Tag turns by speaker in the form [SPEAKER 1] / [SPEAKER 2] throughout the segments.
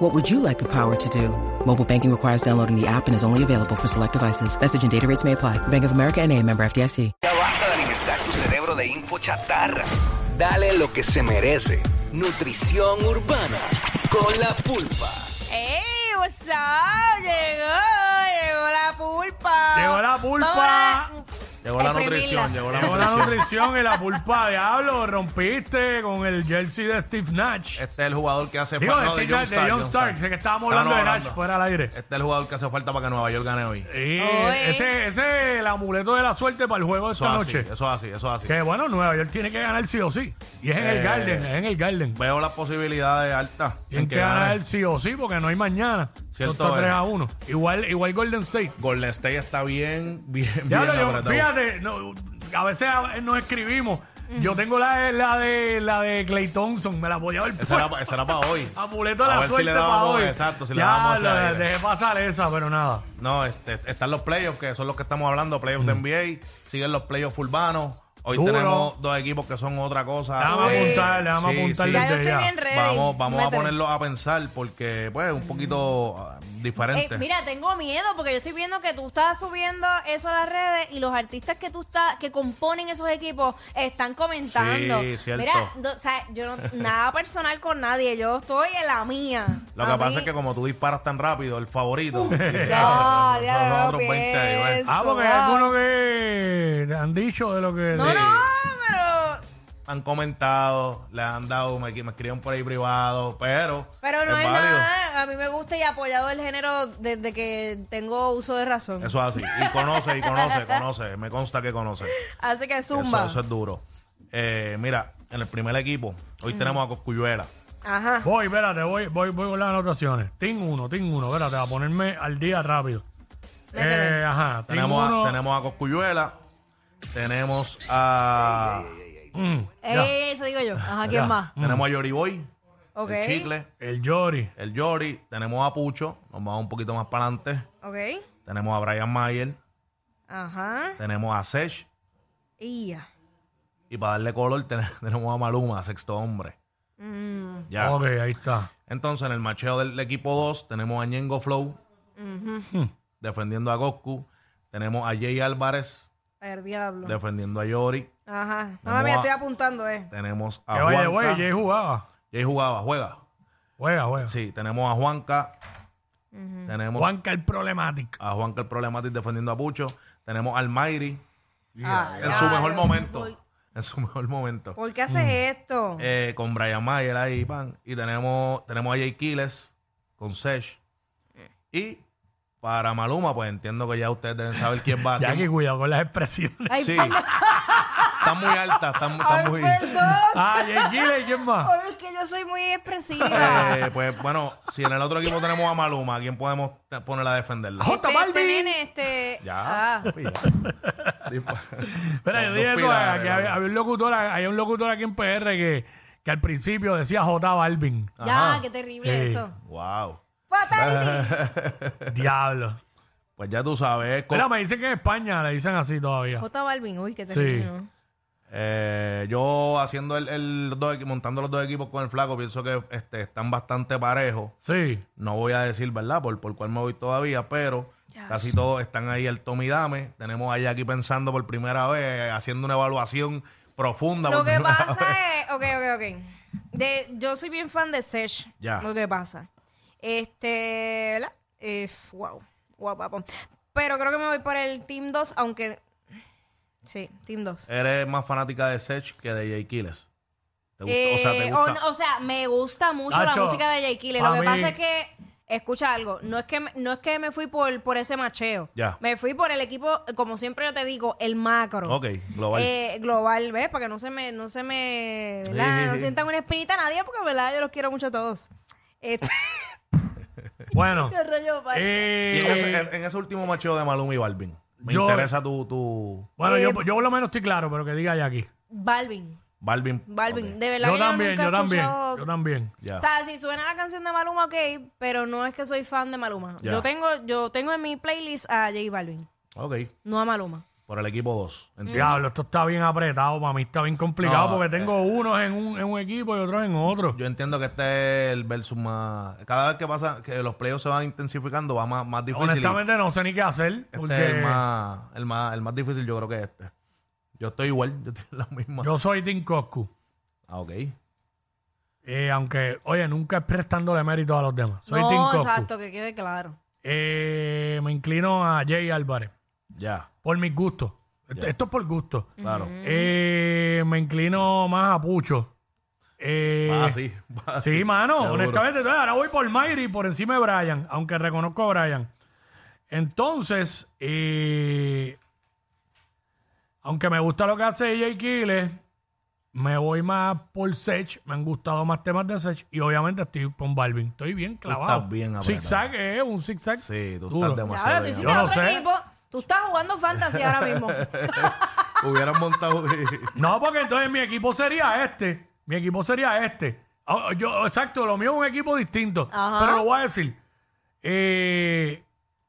[SPEAKER 1] What would you like the power to do? Mobile banking requires downloading the app and is only available for select devices. Message and data rates may apply. Bank of America and a member FDIC.
[SPEAKER 2] Ya basta de alimentar tu cerebro de info chatarra. Dale lo que se merece. Nutrición urbana con la pulpa.
[SPEAKER 3] ¡Ey, what's up? Llegó, llegó la pulpa.
[SPEAKER 4] Llegó la pulpa.
[SPEAKER 5] Llegó la
[SPEAKER 3] Exprimirla.
[SPEAKER 5] nutrición, llegó la
[SPEAKER 4] Llegó la
[SPEAKER 5] nutrición.
[SPEAKER 4] nutrición y la pulpa, diablo. Rompiste con el jersey de Steve Nash.
[SPEAKER 5] Este es el jugador que hace
[SPEAKER 4] Digo,
[SPEAKER 5] falta.
[SPEAKER 4] de
[SPEAKER 5] no,
[SPEAKER 4] Steve Nash, de John Stark. Sé que estábamos hablando
[SPEAKER 5] Estábamos
[SPEAKER 4] de Nash
[SPEAKER 5] hablando.
[SPEAKER 4] fuera al aire.
[SPEAKER 5] Este es el jugador que hace falta para que Nueva York gane hoy.
[SPEAKER 4] Sí,
[SPEAKER 3] Oye.
[SPEAKER 4] ese, ese es el amuleto de la suerte para el juego de
[SPEAKER 5] Eso
[SPEAKER 4] esta
[SPEAKER 5] es así,
[SPEAKER 4] noche.
[SPEAKER 5] eso es así, eso es así.
[SPEAKER 4] Que bueno, Nueva York tiene que ganar sí o sí. Y es en el
[SPEAKER 5] Eh.
[SPEAKER 4] Garden, es en el Garden.
[SPEAKER 5] Veo las posibilidades altas en
[SPEAKER 4] Tienen
[SPEAKER 5] que
[SPEAKER 4] que ganar
[SPEAKER 5] gane.
[SPEAKER 4] el sí o sí porque no hay mañana.
[SPEAKER 5] Cierto
[SPEAKER 4] Esto está 3
[SPEAKER 5] es.
[SPEAKER 4] a 1. Igual, igual Golden State.
[SPEAKER 5] Golden State está bien, bien,
[SPEAKER 4] Ya
[SPEAKER 5] bien
[SPEAKER 4] lo yo,
[SPEAKER 5] apretado.
[SPEAKER 4] fíjate, no, a veces a- nos escribimos. Yo tengo la de, la de la de Clay Thompson, me la podía haber
[SPEAKER 5] Esa
[SPEAKER 4] puesto.
[SPEAKER 5] era, esa era para hoy.
[SPEAKER 4] Amuleto de
[SPEAKER 5] A
[SPEAKER 4] la
[SPEAKER 5] ver si
[SPEAKER 4] suerte
[SPEAKER 5] le
[SPEAKER 4] para
[SPEAKER 5] dábamos-
[SPEAKER 4] hoy.
[SPEAKER 5] exacto, si le
[SPEAKER 4] ya,
[SPEAKER 5] dábamos
[SPEAKER 4] lo-
[SPEAKER 5] ese aire.
[SPEAKER 4] dejé pasar esa, pero nada.
[SPEAKER 5] No, este, están los playoffs, que son los que estamos hablando, playoffs de NBA, siguen los playoffs urbanos. Hoy
[SPEAKER 4] Mm. Duro.
[SPEAKER 5] tenemos dos equipos que son otra cosa.
[SPEAKER 4] Déjame
[SPEAKER 5] Eh,
[SPEAKER 4] apuntar, déjame
[SPEAKER 5] sí,
[SPEAKER 4] apuntar
[SPEAKER 5] sí.
[SPEAKER 3] Ya yo
[SPEAKER 4] desde
[SPEAKER 3] estoy
[SPEAKER 4] ya.
[SPEAKER 3] bien ready.
[SPEAKER 5] Vamos, vamos a
[SPEAKER 3] Métele.
[SPEAKER 5] ponerlos a pensar porque, pues, un poquito ah,
[SPEAKER 3] Eh,
[SPEAKER 5] diferente.
[SPEAKER 3] mira, tengo miedo porque yo estoy viendo que tú estás subiendo eso a las redes y los artistas que tú estás, que componen esos equipos, están comentando.
[SPEAKER 5] Sí, cierto.
[SPEAKER 3] Mira, no, o sea, yo no, nada personal con nadie, yo estoy en la mía.
[SPEAKER 5] Lo
[SPEAKER 3] A
[SPEAKER 5] que
[SPEAKER 3] mí-
[SPEAKER 5] pasa es que como tú disparas tan rápido, el favorito.
[SPEAKER 3] Ah, ya, ya,
[SPEAKER 5] son los
[SPEAKER 3] no
[SPEAKER 5] otros 20 ahí, bueno.
[SPEAKER 3] pienso.
[SPEAKER 4] Ah, porque hay
[SPEAKER 3] Wow.
[SPEAKER 4] algunos que han dicho de lo que.
[SPEAKER 3] No,
[SPEAKER 4] Sí.
[SPEAKER 3] no, pero...
[SPEAKER 5] Han comentado, le han dado, me, me escriben por ahí privado, pero,
[SPEAKER 3] Pero no
[SPEAKER 5] es
[SPEAKER 3] es,
[SPEAKER 5] válido.
[SPEAKER 3] nada, a mí me gusta y he apoyado el género desde que tengo uso de razón.
[SPEAKER 5] Eso es así. Y conoce, y conoce, conoce. Me consta que conoce.
[SPEAKER 3] Así que
[SPEAKER 5] Eso,
[SPEAKER 3] zumba.
[SPEAKER 5] eso es duro. Eh, mira, en el primer equipo,
[SPEAKER 3] Mm.
[SPEAKER 5] hoy tenemos a Coscuyuela.
[SPEAKER 3] Ajá.
[SPEAKER 4] Voy, espérate, voy, voy, voy con las anotaciones. Team 1, Team 1, espérate, a ponerme al día rápido.
[SPEAKER 3] Métele.
[SPEAKER 4] Eh, ajá, team
[SPEAKER 5] Tenemos,
[SPEAKER 4] uno.
[SPEAKER 5] a, tenemos a Coscuyuela, tenemos a,
[SPEAKER 4] Mm, ya.
[SPEAKER 3] Eh, Eso digo yo. Ajá, ¿quién
[SPEAKER 4] Ya.
[SPEAKER 3] más?
[SPEAKER 5] tenemos a Yoriboy,
[SPEAKER 3] Ok.
[SPEAKER 5] el Chicle,
[SPEAKER 4] El Jory.
[SPEAKER 5] el Yori, tenemos a Pucho, nos vamos un poquito más para adelante.
[SPEAKER 3] Ok.
[SPEAKER 5] Tenemos a Brian Mayer,
[SPEAKER 3] Ajá.
[SPEAKER 5] tenemos a Sesh
[SPEAKER 3] Y
[SPEAKER 5] y para darle color ten- tenemos a Maluma, sexto hombre.
[SPEAKER 3] Mm,
[SPEAKER 5] Ya.
[SPEAKER 4] Ok, ahí está.
[SPEAKER 5] Entonces en el macheo del equipo 2 tenemos a Ñengo Flow defendiendo a Goku, tenemos a Jay Álvarez
[SPEAKER 3] El diablo.
[SPEAKER 5] defendiendo a Yori,
[SPEAKER 3] Ajá.
[SPEAKER 5] Vamos
[SPEAKER 3] Mamá mía,
[SPEAKER 5] a-
[SPEAKER 3] estoy apuntando, eh.
[SPEAKER 5] tenemos
[SPEAKER 4] Que
[SPEAKER 5] a
[SPEAKER 4] vaya, güey,
[SPEAKER 5] Juanca.
[SPEAKER 4] Jay jugaba.
[SPEAKER 5] Jay jugaba, juega.
[SPEAKER 4] Juega, juega.
[SPEAKER 5] Sí, tenemos a Juanca, tenemos
[SPEAKER 4] Juanca el problemático.
[SPEAKER 5] a Juanca el problemático defendiendo a Pucho, tenemos al Mayri
[SPEAKER 3] Ah,
[SPEAKER 5] en su
[SPEAKER 3] ya,
[SPEAKER 5] mejor
[SPEAKER 3] yo-
[SPEAKER 5] momento,
[SPEAKER 3] voy-
[SPEAKER 5] en su mejor momento.
[SPEAKER 3] ¿Por qué haces esto?
[SPEAKER 5] Mm. eh, con Brian Mayer ahí, pan. Y tenemos, tenemos a Jay Quiles con Sesh.
[SPEAKER 3] Eh.
[SPEAKER 5] Y para Maluma, pues entiendo que ya ustedes deben saber quién va.
[SPEAKER 4] Ya que
[SPEAKER 5] quién-
[SPEAKER 4] cuidado con las expresiones.
[SPEAKER 3] Ay,
[SPEAKER 5] sí.
[SPEAKER 3] pa-
[SPEAKER 5] Está muy alta, está, mu- está
[SPEAKER 3] Ay,
[SPEAKER 5] muy.
[SPEAKER 3] perdón.
[SPEAKER 4] Ah, Jay Gile, ¿quién más?
[SPEAKER 3] Ay, es que yo soy muy expresiva.
[SPEAKER 5] Eh, pues bueno, si en el otro equipo tenemos a Maluma, ¿a quién podemos te- poner a defenderla?
[SPEAKER 4] Jota
[SPEAKER 3] Este, este
[SPEAKER 4] Balvin.
[SPEAKER 3] nene, este...
[SPEAKER 5] Ya.
[SPEAKER 3] Ah.
[SPEAKER 5] papi, ya. Dispa-
[SPEAKER 4] Espera, yo
[SPEAKER 5] Los
[SPEAKER 4] dije
[SPEAKER 5] dos
[SPEAKER 4] eso,
[SPEAKER 5] pilares,
[SPEAKER 4] eh, que
[SPEAKER 5] ¿no?
[SPEAKER 4] había, había un locutor, hay un locutor aquí en PR que, que al principio decía J Balvin.
[SPEAKER 3] Ya,
[SPEAKER 5] Ajá.
[SPEAKER 3] qué terrible
[SPEAKER 4] Sí.
[SPEAKER 3] eso.
[SPEAKER 5] Wow.
[SPEAKER 3] Fatality.
[SPEAKER 4] Diablo.
[SPEAKER 5] Pues ya tú sabes. co-
[SPEAKER 4] Mira, me dicen que en España le dicen así todavía.
[SPEAKER 3] J Balvin, uy, qué
[SPEAKER 4] Sí.
[SPEAKER 3] terrible. ¿no?
[SPEAKER 5] Eh, yo haciendo el, el dos equi- montando los dos equipos con el flaco, pienso que este, están bastante parejos.
[SPEAKER 4] Sí.
[SPEAKER 5] No voy a decir, ¿verdad? Por, por cuál me voy todavía, pero casi todos están ahí al Tommy Dame. Tenemos a Jackie pensando por primera vez, haciendo una evaluación profunda.
[SPEAKER 3] Lo
[SPEAKER 5] por
[SPEAKER 3] que
[SPEAKER 5] primera vez.
[SPEAKER 3] pasa es, ok, ok, ok. De, yo soy bien fan de Sesh.
[SPEAKER 5] Ya.
[SPEAKER 3] Lo que pasa. Este, ¿verdad? Eh, wow, guapapo. Pero creo que me voy por el Team 2, aunque... Sí, Team 2.
[SPEAKER 5] Eres más fanática de Sech que de Jay Quiles. ¿Te gusta? o sea, te
[SPEAKER 3] Eh, o,
[SPEAKER 5] gusta.
[SPEAKER 3] no- o sea, me gusta mucho la
[SPEAKER 4] Nacho,
[SPEAKER 3] música de Jay Killer. Lo
[SPEAKER 4] pa'
[SPEAKER 3] que
[SPEAKER 4] mí-
[SPEAKER 3] pasa es que, escucha algo, no es que, me- no es que me fui por, por ese macheo.
[SPEAKER 5] Ya.
[SPEAKER 3] Me fui por el equipo, como siempre yo te digo, el macro.
[SPEAKER 5] Ok, global.
[SPEAKER 3] Eh, global, ¿ves? Para que no se me, no se me, ¿verdad?
[SPEAKER 5] Sí, sí,
[SPEAKER 3] no
[SPEAKER 5] sí.
[SPEAKER 3] sientan una espinita a nadie, porque, ¿verdad? Yo los quiero mucho a todos. Este,
[SPEAKER 4] Bueno.
[SPEAKER 3] rollo, vale.
[SPEAKER 5] Y en,
[SPEAKER 4] eh,
[SPEAKER 5] ese, en ese último macheo de Maluma y Balvin. Me
[SPEAKER 4] Yo-
[SPEAKER 5] interesa tu, tu
[SPEAKER 4] Bueno, yo,
[SPEAKER 3] eh,
[SPEAKER 4] yo por lo menos estoy claro, pero que diga Jackie.
[SPEAKER 3] Balvin.
[SPEAKER 5] Balvin.
[SPEAKER 3] Balvin.
[SPEAKER 5] Ok.
[SPEAKER 3] De verdad
[SPEAKER 4] Yo
[SPEAKER 3] que yo
[SPEAKER 4] también, yo
[SPEAKER 3] nunca he
[SPEAKER 4] también,
[SPEAKER 3] escuchado-
[SPEAKER 4] yo también.
[SPEAKER 5] Ya.
[SPEAKER 3] O sea, si suena la canción de Maluma, ok, pero no es que soy fan de Maluma.
[SPEAKER 5] Ya.
[SPEAKER 3] Yo tengo yo tengo en mi playlist a J Balvin,
[SPEAKER 5] Ok.
[SPEAKER 3] no a Maluma.
[SPEAKER 5] Por el equipo 2.
[SPEAKER 3] Mm.
[SPEAKER 4] Diablo, esto está bien apretado, para mí está bien complicado
[SPEAKER 5] No, eh.
[SPEAKER 4] porque tengo unos en un, en un equipo y otros en otro.
[SPEAKER 5] Yo entiendo que este es el versus más. Cada vez que pasa, que los playoffs se van intensificando, va más, más difícil. y
[SPEAKER 4] Honestamente no sé ni qué hacer
[SPEAKER 5] este
[SPEAKER 4] porque
[SPEAKER 5] es el más, el, más, el más difícil, yo creo que es este. Yo estoy igual, yo estoy en la misma.
[SPEAKER 4] yo soy Tim Coscu.
[SPEAKER 5] Ah, ok.
[SPEAKER 4] Eh, aunque, oye, nunca es prestándole mérito a los demás. Soy Tim
[SPEAKER 3] no,
[SPEAKER 4] Coscu.
[SPEAKER 3] exacto, que quede claro.
[SPEAKER 4] Eh, me inclino a Jay Álvarez
[SPEAKER 5] Ya,
[SPEAKER 4] por mis gustos. Esto, esto es por gusto.
[SPEAKER 5] claro.
[SPEAKER 4] Eh, me inclino más a Pucho. Eh,
[SPEAKER 5] Ah, sí. Ah,
[SPEAKER 4] Sí, mano,
[SPEAKER 5] Seguro.
[SPEAKER 4] honestamente, entonces, ahora voy por Mayri por encima de Brian, aunque reconozco a Brian. Entonces, eh, aunque me gusta lo que hace J. Quiles, me voy más por Sech, me han gustado más temas de Sech y obviamente estoy con Balvin, estoy bien clavado.
[SPEAKER 5] estás bien apretado.
[SPEAKER 4] zigzag es un zigzag.
[SPEAKER 5] Sí, tú
[SPEAKER 4] Duro.
[SPEAKER 5] estás
[SPEAKER 3] Ya, ahora
[SPEAKER 5] demasiado.
[SPEAKER 3] tú
[SPEAKER 5] bien.
[SPEAKER 3] hiciste
[SPEAKER 4] Yo no
[SPEAKER 3] otro
[SPEAKER 4] sé.
[SPEAKER 3] equipo. Tú estás jugando fantasy ahora mismo.
[SPEAKER 5] Hubieran montado.
[SPEAKER 4] No, porque entonces mi equipo sería este, mi equipo sería este. Ah, Yo, exacto, lo mío es un equipo distinto,
[SPEAKER 3] Ajá.
[SPEAKER 4] pero lo voy a decir. Eh,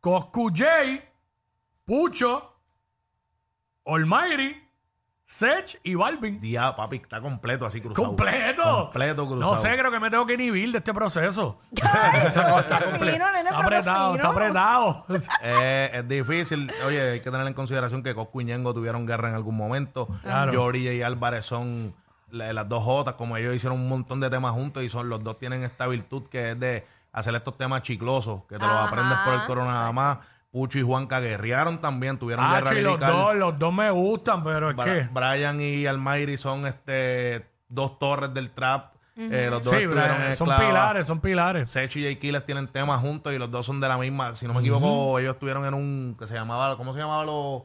[SPEAKER 4] Coscu J, Pucho, Almighty, Sech y Balvin.
[SPEAKER 5] Día, papi, está completo así cruzado.
[SPEAKER 4] ¡Completo!
[SPEAKER 5] Completo cruzado.
[SPEAKER 4] No sé, creo que me tengo que inhibir de este proceso.
[SPEAKER 3] está fino, nene,
[SPEAKER 4] Está
[SPEAKER 3] pero
[SPEAKER 4] apretado, está
[SPEAKER 3] fino.
[SPEAKER 4] apretado.
[SPEAKER 5] Eh, es difícil. Oye, hay que tener en consideración que Coscu y Ñengo tuvieron guerra en algún momento.
[SPEAKER 4] Claro.
[SPEAKER 5] Yori y Álvarez son la- las dos Jotas, como ellos hicieron un montón de temas juntos y son los dos tienen esta virtud que es de hacer estos temas chiclosos, que te
[SPEAKER 3] Ajá,
[SPEAKER 5] los aprendes por el corona nada más. Pucho y Juanca guerrearon también, tuvieron
[SPEAKER 4] Ah,
[SPEAKER 5] guerra
[SPEAKER 4] y los
[SPEAKER 5] lirical.
[SPEAKER 4] dos, los dos me gustan, pero es
[SPEAKER 5] Bra-
[SPEAKER 4] que...
[SPEAKER 5] Brian y Almairi son este dos torres del trap. Eh, los dos
[SPEAKER 4] Sí,
[SPEAKER 5] estuvieron
[SPEAKER 4] eh, son
[SPEAKER 5] esclavas.
[SPEAKER 4] pilares, son pilares.
[SPEAKER 5] Sechi y Aquiles tienen temas juntos y los dos son de la misma. Si no me equivoco, ellos estuvieron en un que se llamaba, ¿cómo se llamaba los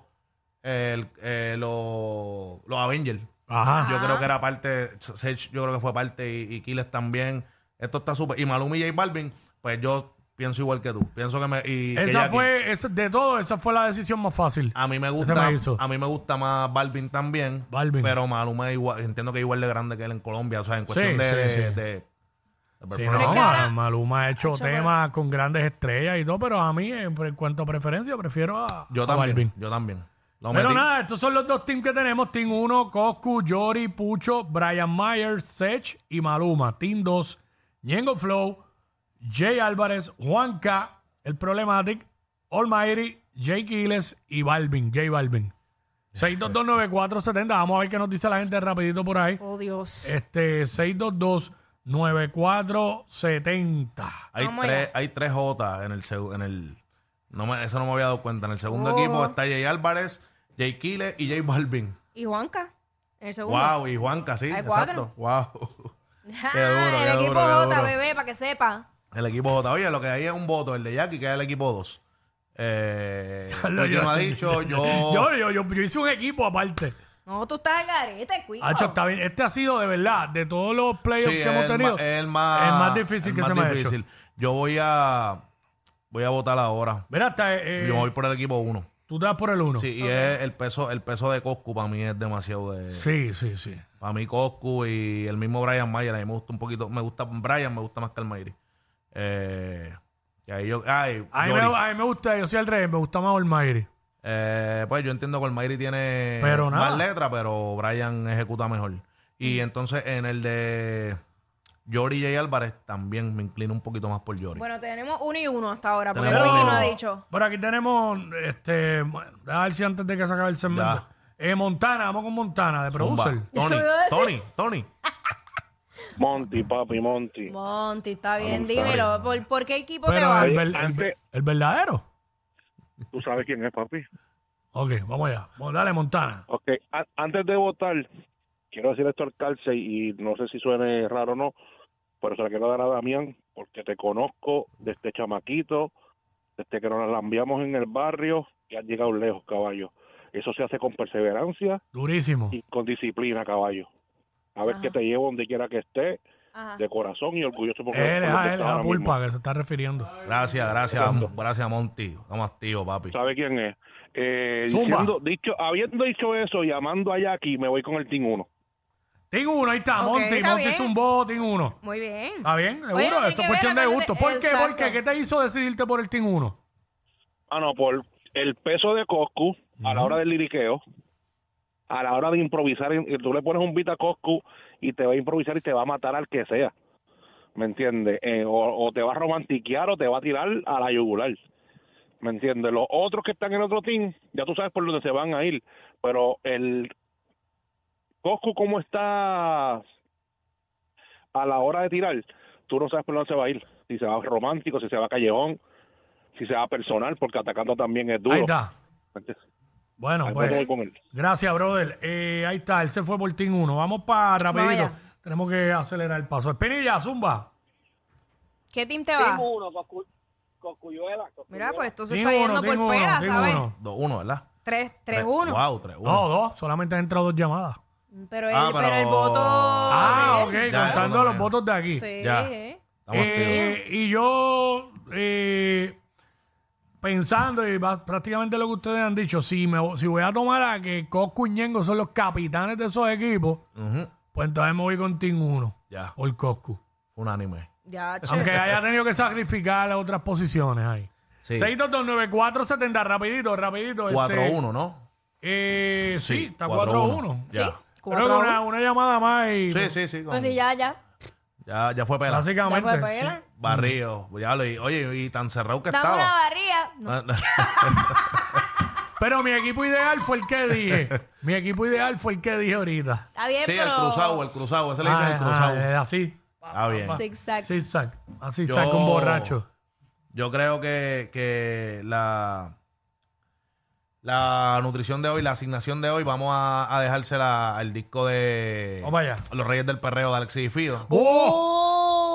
[SPEAKER 5] el- eh, los los Avengers?
[SPEAKER 4] Ajá.
[SPEAKER 5] Yo creo que era parte, Sech yo creo que fue parte y, y Aquiles también. Esto está súper. Y Maluma y J Balvin, pues yo pienso igual que tú. Pienso que me. Y que Ah,
[SPEAKER 4] Esa
[SPEAKER 5] Jackie.
[SPEAKER 4] fue, esa- de todo, esa fue la decisión más fácil.
[SPEAKER 5] A mí me
[SPEAKER 4] Ese
[SPEAKER 5] gusta,
[SPEAKER 4] me hizo.
[SPEAKER 5] a mí me gusta más Balvin también.
[SPEAKER 4] Balvin.
[SPEAKER 5] Pero Maluma es igual, entiendo que es igual de grande que él en Colombia. O sea, en cuestión de,
[SPEAKER 4] sí, sí.
[SPEAKER 5] de, de- de
[SPEAKER 4] Sí,
[SPEAKER 5] performance.
[SPEAKER 4] no,
[SPEAKER 3] que ahora-
[SPEAKER 4] ma- Maluma ha hecho temas con grandes estrellas y todo, pero a mí, en en cuanto a preferencia, prefiero a,
[SPEAKER 5] Yo
[SPEAKER 4] a
[SPEAKER 5] también.
[SPEAKER 4] Balvin.
[SPEAKER 5] Yo también. Lo
[SPEAKER 4] Pero
[SPEAKER 5] metí.
[SPEAKER 4] nada, estos son los dos teams que tenemos. Team 1, Coscu, Yori, Pucho, Brian Myers, Sech y Maluma. Team 2, Ñengo Flow, Jay Álvarez, Juanca, El Problematic, Almighty, Jay Quiles y Balvin, Jay Balvin. 6229470. Vamos a ver qué nos dice la gente rapidito por ahí.
[SPEAKER 3] Oh, Dios.
[SPEAKER 4] Este, 622-9470.
[SPEAKER 5] Hay
[SPEAKER 3] Vamos
[SPEAKER 5] tres,
[SPEAKER 3] allá.
[SPEAKER 5] hay tres J en el seg- en el no me- eso no me había dado cuenta. En el segundo
[SPEAKER 3] Oh.
[SPEAKER 5] equipo está Jay Álvarez, Jay Kile y Jay Balvin.
[SPEAKER 3] Y Juanca, en el segundo.
[SPEAKER 5] Wow, y Juanca, sí,
[SPEAKER 3] Hay
[SPEAKER 5] exacto. Wow.
[SPEAKER 3] Ah,
[SPEAKER 5] Qué duro,
[SPEAKER 3] el
[SPEAKER 5] qué
[SPEAKER 3] equipo
[SPEAKER 5] duro, qué
[SPEAKER 3] J,
[SPEAKER 5] duro.
[SPEAKER 3] bebé, para que sepa.
[SPEAKER 5] El equipo J. Oye, lo que hay es un voto, el de Jackie, que es el equipo 2. Eh,
[SPEAKER 4] Carlos,
[SPEAKER 5] Ricky me ha dicho, yo,
[SPEAKER 4] yo, yo, yo- yo hice un equipo aparte.
[SPEAKER 3] No, tú estás al garete, cuido.
[SPEAKER 4] Hacho, está bien. Este ha sido de verdad, de todos los playoffs
[SPEAKER 5] Sí,
[SPEAKER 4] que hemos
[SPEAKER 5] es el
[SPEAKER 4] tenido,
[SPEAKER 5] ma- es el más,
[SPEAKER 4] el más difícil
[SPEAKER 5] el
[SPEAKER 4] que
[SPEAKER 5] más
[SPEAKER 4] se me ha
[SPEAKER 5] difícil.
[SPEAKER 4] hecho.
[SPEAKER 5] Yo voy a voy a votar ahora.
[SPEAKER 4] Mira, hasta, eh,
[SPEAKER 5] Yo voy por el equipo 1.
[SPEAKER 4] tú te das por el uno.
[SPEAKER 5] Sí, y es el peso, el peso de Coscu para mí es demasiado de.
[SPEAKER 4] sí, sí. sí.
[SPEAKER 5] Para mí Coscu y el mismo Brian Mayer, a mí me gusta un poquito, me gusta Brian, me gusta más que Almairi. Eh, y ahí yo, ay,
[SPEAKER 4] A, mí me,
[SPEAKER 5] Yori.
[SPEAKER 4] a mí me gusta, yo soy al revés, me gusta más Olmairi.
[SPEAKER 5] Eh, pues yo entiendo que Almairi tiene
[SPEAKER 4] Pero nada. Mm.
[SPEAKER 5] más letras, pero Brian ejecuta mejor. Y entonces en el de Yori J. Álvarez también me inclino un poquito más por Yori.
[SPEAKER 3] Bueno, tenemos uno y uno hasta ahora, porque
[SPEAKER 5] Tenemos
[SPEAKER 3] Wiki
[SPEAKER 5] uno.
[SPEAKER 3] no ha dicho.
[SPEAKER 4] Pero aquí tenemos, este, bueno, a ver si antes de que se acabe el segmento.
[SPEAKER 5] Ya.
[SPEAKER 4] Eh, Montana, vamos con Montana, de
[SPEAKER 5] Zumba.
[SPEAKER 4] producer.
[SPEAKER 3] Eso
[SPEAKER 5] Tony,
[SPEAKER 3] iba a decir.
[SPEAKER 5] Tony, Tony.
[SPEAKER 6] Monty, papi, Monty.
[SPEAKER 3] Monty, está
[SPEAKER 4] Ah,
[SPEAKER 3] bien,
[SPEAKER 6] Monty.
[SPEAKER 3] dímelo. ¿Por, por qué equipo te
[SPEAKER 4] Pero
[SPEAKER 3] vas?
[SPEAKER 4] el, ver- el ver- el verdadero.
[SPEAKER 6] Tú sabes quién es, papi.
[SPEAKER 4] Ok, vamos allá. Vamos, dale, Montana.
[SPEAKER 6] Ok, a- antes de votar, quiero decir esto al calce y no sé si suene raro o no, pero se la quiero dar a Damián porque te conozco desde chamaquito, desde que nos lambiamos en el barrio y has llegado lejos, caballo. Eso se hace con perseverancia
[SPEAKER 4] Durísimo.
[SPEAKER 6] y con disciplina, caballo. A ver que te llevo donde quiera que esté
[SPEAKER 3] Ajá.
[SPEAKER 6] de corazón y orgulloso porque
[SPEAKER 4] Él es
[SPEAKER 6] por lo que
[SPEAKER 4] a él,
[SPEAKER 6] está
[SPEAKER 4] es a
[SPEAKER 6] ahora mismo.
[SPEAKER 4] Pulpa, que se está refiriendo.
[SPEAKER 5] Gracias, gracias, gracias, Monty. Estamos activos, papi.
[SPEAKER 6] ¿Sabe quién es? Eh,
[SPEAKER 4] Zumba.
[SPEAKER 6] diciendo, dicho, habiendo dicho eso, llamando a Jackie, me voy con el Team 1.
[SPEAKER 4] Tengo uno, ahí está,
[SPEAKER 3] Ok,
[SPEAKER 4] Monty.
[SPEAKER 3] está
[SPEAKER 4] Monty
[SPEAKER 3] bien.
[SPEAKER 4] es un bot, tengo uno.
[SPEAKER 3] Muy bien.
[SPEAKER 4] ¿Está bien? Seguro,
[SPEAKER 3] tiene
[SPEAKER 4] esto
[SPEAKER 3] que
[SPEAKER 4] es
[SPEAKER 3] ver,
[SPEAKER 4] cuestión de
[SPEAKER 3] acuérdate-
[SPEAKER 4] gusto. ¿Por qué? ¿Por qué?
[SPEAKER 3] Exacto.
[SPEAKER 4] ¿Qué te hizo decidirte por el Team 1?
[SPEAKER 6] Ah, no, por el peso de Coscu a la hora del liriqueo, a la hora de improvisar, y tú le pones un beat a Coscu y te va a improvisar y te va a matar al que sea. ¿Me entiendes? Eh, o, o te va a romantiquear o te va a tirar a la yugular. ¿Me entiendes? Los otros que están en otro team, ya tú sabes por dónde se van a ir. Pero el Coscu, ¿cómo está a la hora de tirar? Tú no sabes por dónde se va a ir. Si se va romántico, si se va callejón, si se va personal, porque atacando también es duro.
[SPEAKER 4] Ahí está.
[SPEAKER 6] ¿Me entiendes?
[SPEAKER 4] Bueno,
[SPEAKER 6] Ahí
[SPEAKER 4] pues.
[SPEAKER 6] voy con él.
[SPEAKER 4] Gracias, brother. Eh, ahí está, él se fue por Team 1. Vamos para rapidito.
[SPEAKER 3] Vaya.
[SPEAKER 4] Tenemos que acelerar el paso. Espinilla, Zumba.
[SPEAKER 3] ¿Qué team te va?
[SPEAKER 7] Tengo uno, Coscu- Coscuyuela.
[SPEAKER 3] Mira,
[SPEAKER 7] Coscuyuela.
[SPEAKER 3] pues tú se
[SPEAKER 4] Team
[SPEAKER 3] está yendo
[SPEAKER 4] uno, Team
[SPEAKER 3] por
[SPEAKER 4] 1,
[SPEAKER 3] pera, ¿sabes?
[SPEAKER 4] Team 1.
[SPEAKER 5] 2-1, ¿verdad?
[SPEAKER 3] 3-1.
[SPEAKER 5] Wow, 3-1.
[SPEAKER 4] No, dos. Solamente han entrado dos llamadas.
[SPEAKER 3] Pero el,
[SPEAKER 5] Ah,
[SPEAKER 3] pero... el
[SPEAKER 5] pero-
[SPEAKER 3] voto.
[SPEAKER 4] Ah,
[SPEAKER 3] de
[SPEAKER 4] ok.
[SPEAKER 3] él.
[SPEAKER 5] Ya,
[SPEAKER 4] contando
[SPEAKER 5] ya.
[SPEAKER 4] los votos de aquí.
[SPEAKER 3] Sí.
[SPEAKER 5] Ya. Estamos activos.
[SPEAKER 4] Eh, y yo, eh, pensando, y va- prácticamente lo que ustedes han dicho, si, me, si voy a tomar a que Coscu y Ñengo son los capitanes de esos equipos,
[SPEAKER 5] Ujú.
[SPEAKER 4] pues entonces me voy con Team 1
[SPEAKER 5] Ya,
[SPEAKER 4] por Coscu.
[SPEAKER 5] unánime.
[SPEAKER 3] Ya, che.
[SPEAKER 4] Aunque haya tenido que sacrificar las otras posiciones ahí.
[SPEAKER 5] Sí.
[SPEAKER 4] 6229470, rapidito, rapidito.
[SPEAKER 5] 4-1,
[SPEAKER 4] Este,
[SPEAKER 5] ¿no?
[SPEAKER 4] eh, sí,
[SPEAKER 5] Sí,
[SPEAKER 4] está
[SPEAKER 5] 4-1.
[SPEAKER 4] 4-1.
[SPEAKER 5] Ya.
[SPEAKER 4] Creo que una, una llamada más y
[SPEAKER 5] Sí, sí, sí. con-
[SPEAKER 3] Entonces Pues ya, ya.
[SPEAKER 5] ya, ya fue pela.
[SPEAKER 3] Ya
[SPEAKER 4] básicamente.
[SPEAKER 3] fue pera.
[SPEAKER 4] sí.
[SPEAKER 5] Barrio. Ya lo- y- oye, y tan cerrado que
[SPEAKER 3] Dame una
[SPEAKER 5] estaba. Ah,
[SPEAKER 3] barría. No.
[SPEAKER 4] Pero mi equipo ideal fue el que dije. mi equipo ideal fue el que dije ahorita.
[SPEAKER 3] Está bien,
[SPEAKER 5] sí, el
[SPEAKER 3] pero-
[SPEAKER 5] cruzado, el cruzado. Ese le dicen
[SPEAKER 4] Ah,
[SPEAKER 5] el
[SPEAKER 4] ah,
[SPEAKER 5] cruzado.
[SPEAKER 4] eh, así.
[SPEAKER 5] Está bien.
[SPEAKER 3] Zigzag.
[SPEAKER 4] Así sac. Así
[SPEAKER 5] Yo-
[SPEAKER 4] saca un borracho.
[SPEAKER 5] Yo creo que, que la, la nutrición de hoy, la asignación de hoy, vamos a, a dejársela al disco de
[SPEAKER 4] Vamos allá.
[SPEAKER 5] Los Reyes del Perreo de Alexis y Fido.
[SPEAKER 3] Uh,
[SPEAKER 4] ¡Oh!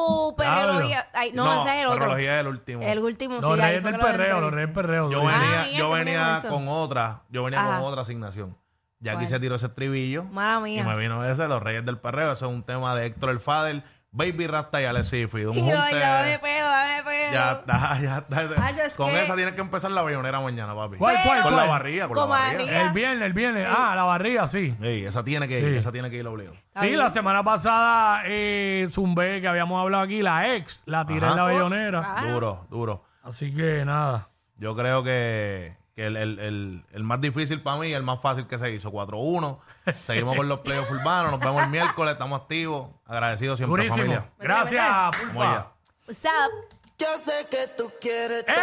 [SPEAKER 3] ¡Oh! Perreología. Ay, no, ese es el otro.
[SPEAKER 5] Perreología es el último.
[SPEAKER 3] El último,
[SPEAKER 4] Los
[SPEAKER 3] sí, ahí
[SPEAKER 4] reyes
[SPEAKER 3] fue
[SPEAKER 4] del
[SPEAKER 3] que lo
[SPEAKER 4] perreo, los
[SPEAKER 3] entrevisté.
[SPEAKER 4] reyes del perreo.
[SPEAKER 5] Yo
[SPEAKER 3] Ah,
[SPEAKER 4] sí.
[SPEAKER 5] venía,
[SPEAKER 3] mía,
[SPEAKER 5] yo
[SPEAKER 3] qué
[SPEAKER 5] venía
[SPEAKER 3] vergüenza.
[SPEAKER 5] con otra, yo venía
[SPEAKER 3] Ajá.
[SPEAKER 5] con otra asignación. Y aquí
[SPEAKER 3] ¿Cuál?
[SPEAKER 5] se tiró ese estribillo
[SPEAKER 3] Mala
[SPEAKER 5] y
[SPEAKER 3] mía.
[SPEAKER 5] me vino ese, Los Reyes del Perreo. Eso es un tema de Héctor El Fader, Baby Rasta y Alexis y Fido. Un
[SPEAKER 3] Y yo,
[SPEAKER 5] junte-
[SPEAKER 3] dame pedo, dame pedo.
[SPEAKER 5] Ya está, ya está.
[SPEAKER 3] Ah, yo es
[SPEAKER 5] con
[SPEAKER 3] que-
[SPEAKER 5] esa tienes que empezar la bayonera mañana, papi.
[SPEAKER 4] ¿Cuál, cuál,
[SPEAKER 5] Con la
[SPEAKER 4] cuál?
[SPEAKER 5] barriga, con la
[SPEAKER 3] Comadre.
[SPEAKER 5] barriga.
[SPEAKER 4] El viernes, el viernes. Ah, la barriga, sí.
[SPEAKER 5] Ey, esa tiene que
[SPEAKER 4] Sí.
[SPEAKER 5] ir, esa tiene que ir obligado.
[SPEAKER 4] Sí,
[SPEAKER 3] bien.
[SPEAKER 4] la semana pasada eh, zumbé, que habíamos hablado aquí, la ex, la tiré
[SPEAKER 5] Ajá.
[SPEAKER 4] en la bellonera.
[SPEAKER 3] Ah.
[SPEAKER 5] Duro, duro.
[SPEAKER 4] Así que nada.
[SPEAKER 5] Yo creo que, que el, el- el- el más difícil para mí y el más fácil que se hizo. 4-1. Seguimos con los playoffs urbanos. Nos vemos el miércoles. Estamos activos. Agradecidos siempre,
[SPEAKER 4] Durísimo.
[SPEAKER 5] familia.
[SPEAKER 4] Gracias,
[SPEAKER 5] Vamos allá.
[SPEAKER 4] Pulpa.
[SPEAKER 3] What's up?
[SPEAKER 8] Yo sé que tú quieres
[SPEAKER 4] ¡Eh!